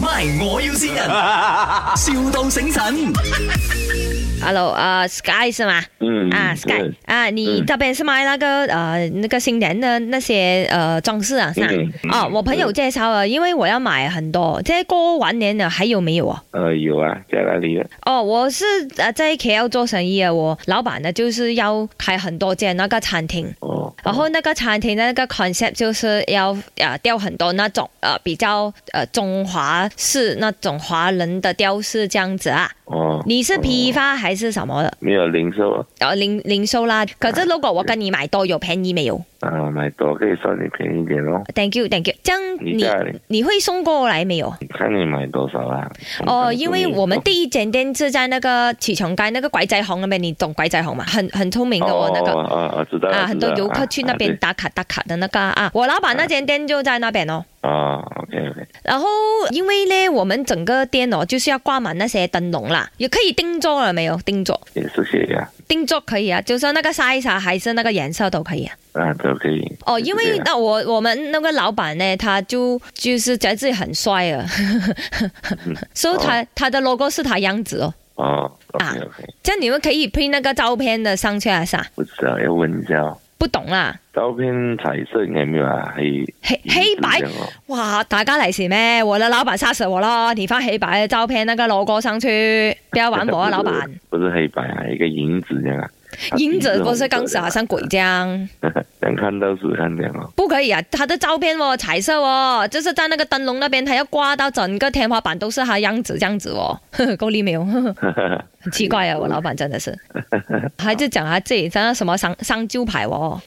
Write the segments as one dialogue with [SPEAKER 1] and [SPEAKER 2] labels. [SPEAKER 1] ，My 我要先人，,笑到醒神。
[SPEAKER 2] Hello，呃，Sky 是吗？
[SPEAKER 3] 嗯
[SPEAKER 2] 啊
[SPEAKER 3] 嗯
[SPEAKER 2] ，Sky
[SPEAKER 3] 对
[SPEAKER 2] 啊，你
[SPEAKER 3] 嗯
[SPEAKER 2] 这边是卖那个呃那个新年的那些呃装饰啊，是吧
[SPEAKER 3] 嗯？
[SPEAKER 2] 哦，我朋友介绍了，因为我要买很多。这过完年了还有没有啊？
[SPEAKER 3] 呃，有啊，在哪里啊？
[SPEAKER 2] 哦，我是呃在 KL 做生意啊，我老板呢就是要开很多间那个餐厅。
[SPEAKER 3] 哦，
[SPEAKER 2] 然后那个餐厅的那个 concept 就是要呃雕很多那种呃比较呃中华式那种华人的雕饰这样子啊。
[SPEAKER 3] 哦，
[SPEAKER 2] 你是批发还是什么的？
[SPEAKER 3] 没有零售啊？
[SPEAKER 2] 呃零零售啦。可是如果我跟你买多有便宜没有
[SPEAKER 3] 啊，买多可以算你便宜一点咯。
[SPEAKER 2] ？Thank you Thank you。这样
[SPEAKER 3] 你
[SPEAKER 2] 你
[SPEAKER 3] 在哪里
[SPEAKER 2] 你会送过来没有？
[SPEAKER 3] 看你买多少啊啦、
[SPEAKER 2] 哦，因为我们第一间店是在那个启琼街那个拐仔行那边，你懂拐仔行吗？很很出名的哦，那个。
[SPEAKER 3] 哦哦哦，知道了
[SPEAKER 2] 啊，很多游客去那边。
[SPEAKER 3] 知
[SPEAKER 2] 打卡打卡的那个啊，我老板那间店就在那边哦。
[SPEAKER 3] 道了啊对哦，OK OK，
[SPEAKER 2] 然后因为呢，我们整个店哦就是要挂满那些灯笼啦，也可以定做了没有？定做
[SPEAKER 3] 也是可以啊，
[SPEAKER 2] 定做可以啊，就是那个 size 啊还是那个颜色都可以啊。
[SPEAKER 3] 啊都可以。啊
[SPEAKER 2] 哦，因为那我我们那个老板呢，他就就是觉得自己很帅啊， 所以他他的 logo 是他样子哦。
[SPEAKER 3] 哦
[SPEAKER 2] 啊
[SPEAKER 3] ，OK OK，
[SPEAKER 2] 这样你们可以 print 那个照片的上去啊，是啊？
[SPEAKER 3] 不知道要问一下哦。
[SPEAKER 2] 不懂啦，
[SPEAKER 3] 照片彩色应该没有啊，黑
[SPEAKER 2] 黑黑白
[SPEAKER 3] 这样哦
[SPEAKER 2] 哇，大家嚟时咩？我的老板杀死我了！你放黑白的照片，那个 logo 上去，不要玩我啊，老 板！
[SPEAKER 3] 不是黑白啊，一个银子这样啊。
[SPEAKER 2] 影子不是
[SPEAKER 3] 刚
[SPEAKER 2] 刚死好像鬼这样，
[SPEAKER 3] 啊能看到是看见哦。
[SPEAKER 2] 不可以啊！他的照片哦，彩色哦，就是在那个灯笼那边，他要挂到整个天花板都是他样子这样子哦， 够力没有？很奇怪啊，我老板真的是，还是讲他自己在那什么上上旧牌哦，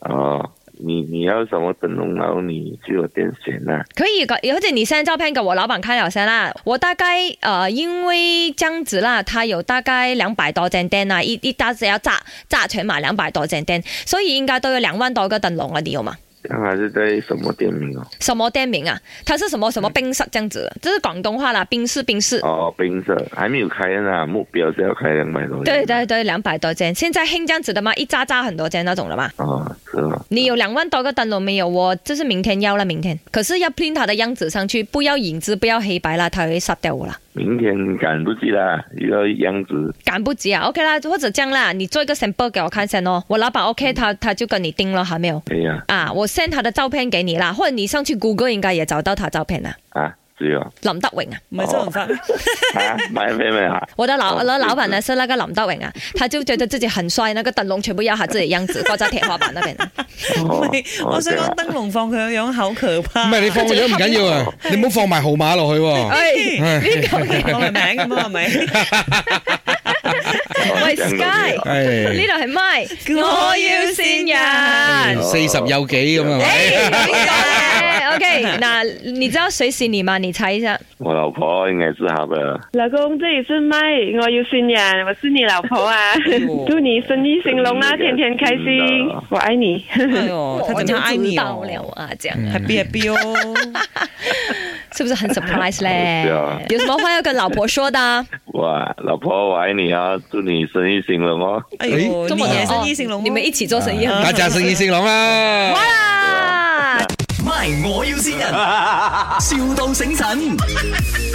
[SPEAKER 3] 哦，你你要什么灯笼，然后你去我店选呐、啊。
[SPEAKER 2] 可以个，而且你 send 照片给我老板看了先啦。我大概呃，因为这样子啦，他有大概两百多间店啊啦，一一大只要炸炸全买两百多间店，所以应该都有两万多个灯笼啊，你有吗？
[SPEAKER 3] 这样还是在什么店名哦？
[SPEAKER 2] 什么店名啊？它是什么什么冰室这样子？这是广东话啦，冰室冰室。
[SPEAKER 3] 哦，冰社还没有开呢、目标是要开两百多。
[SPEAKER 2] 对。对对，两百多间，现在兴这样子的嘛，一扎扎很多间那种了嘛。
[SPEAKER 3] 哦，是哦。
[SPEAKER 2] 你有两万多个灯笼没有哦？这是明天要了，明天。可是要 print 它的样子上去，不要影子，不要黑白啦，它会杀掉我啦。
[SPEAKER 3] 明天赶不及啦，又要样子。
[SPEAKER 2] 赶不及啊，OK 啦，或者这样啦，你做一个 sample 给我看先哦。我老板 OK，他他就跟你定了，还没有？
[SPEAKER 3] 哎呀，
[SPEAKER 2] 啊，我 send 他的照片给你啦，或者你上去 Google 应该也找到他照片啦。
[SPEAKER 3] 啊，只有
[SPEAKER 2] 林德荣啊，
[SPEAKER 4] 唔
[SPEAKER 5] 哦
[SPEAKER 4] 係周潤發，
[SPEAKER 3] 啊， 买妹妹啊，
[SPEAKER 2] 我的老、
[SPEAKER 3] 哦
[SPEAKER 2] 我的老板呢是那个林德荣啊，他就觉得自己很帅，那个灯笼全部要他自己样子挂在天花板那边。
[SPEAKER 3] 哦
[SPEAKER 4] 唔係 我想講燈籠放佢個樣好可怕，
[SPEAKER 5] 唔係你放個樣唔緊要啊，你唔好放埋號碼落 去喎。
[SPEAKER 2] 哎，
[SPEAKER 5] 唉
[SPEAKER 2] 呢個
[SPEAKER 4] 放佢名咁啊，係咪？
[SPEAKER 2] 喂
[SPEAKER 3] 哦这样都有
[SPEAKER 2] Sky，呢
[SPEAKER 5] 係
[SPEAKER 2] 度係咪？我要善人。
[SPEAKER 5] 四十有幾咁啊？
[SPEAKER 2] 哎好嘢，OK，嗱，你知道谁是你嗎？你猜一下。
[SPEAKER 3] 我老婆应该是她的。
[SPEAKER 6] 老公，这里是麦，我有新人，我是你老婆啊， 祝你生意兴隆啊，天天开心，我爱你。
[SPEAKER 4] 哎呦，他
[SPEAKER 2] 我
[SPEAKER 4] 怎
[SPEAKER 2] 就
[SPEAKER 4] 么爱
[SPEAKER 2] 知
[SPEAKER 4] 你
[SPEAKER 2] 道
[SPEAKER 4] 哦
[SPEAKER 2] 了啊，这样。
[SPEAKER 4] ？Happy Happy 哦。
[SPEAKER 2] 是不是很 surprise
[SPEAKER 3] 是啊
[SPEAKER 2] 嘞？有什么话要跟老婆说的啊？
[SPEAKER 3] 哇，老婆我爱你啊，祝你生意兴隆哦。
[SPEAKER 4] 哎呦，
[SPEAKER 2] 中国
[SPEAKER 4] 你
[SPEAKER 2] 人
[SPEAKER 4] 也
[SPEAKER 2] 哦
[SPEAKER 4] 生意兴隆哦，
[SPEAKER 2] 你们一起做生意啊很
[SPEAKER 5] 大嗯家生意兴隆啦！
[SPEAKER 2] 好啦。
[SPEAKER 1] My 我要先人，,笑到醒神。